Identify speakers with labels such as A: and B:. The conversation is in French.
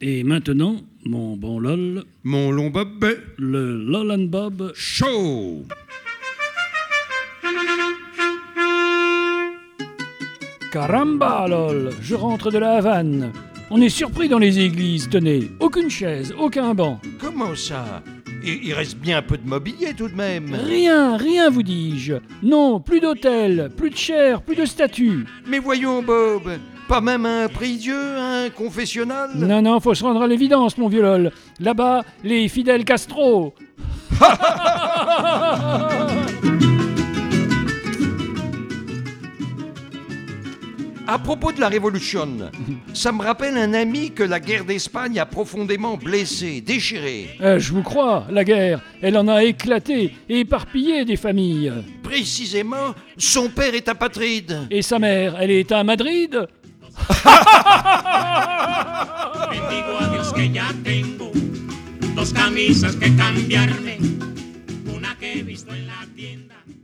A: Et maintenant, mon bon LOL,
B: Mon long bob
A: le LOL and Bob.
B: chaud.
A: Caramba, LOL, je rentre de la Havane. On est surpris dans les églises, tenez. Aucune chaise, aucun banc.
C: Comment ça il, il reste bien un peu de mobilier tout de même.
A: Rien, rien, vous dis-je. Non, plus d'hôtel, plus de chair, plus de statues.
C: Mais voyons, Bob, pas même un prie-dieu, un confessionnal
A: Non, non, faut se rendre à l'évidence, mon vieux LOL. Là-bas, les fidèles Castro.
C: À propos de la Révolution, ça me rappelle un ami que la guerre d'Espagne a profondément blessé, déchiré.
A: Euh, je vous crois, la guerre, elle en a éclaté et éparpillé des familles.
C: Précisément, son père est apatride.
A: Et sa mère, elle est à Madrid
D: Bendigo a Dios que ya tengo dos camisas que cambiarme, una que he visto en la tienda.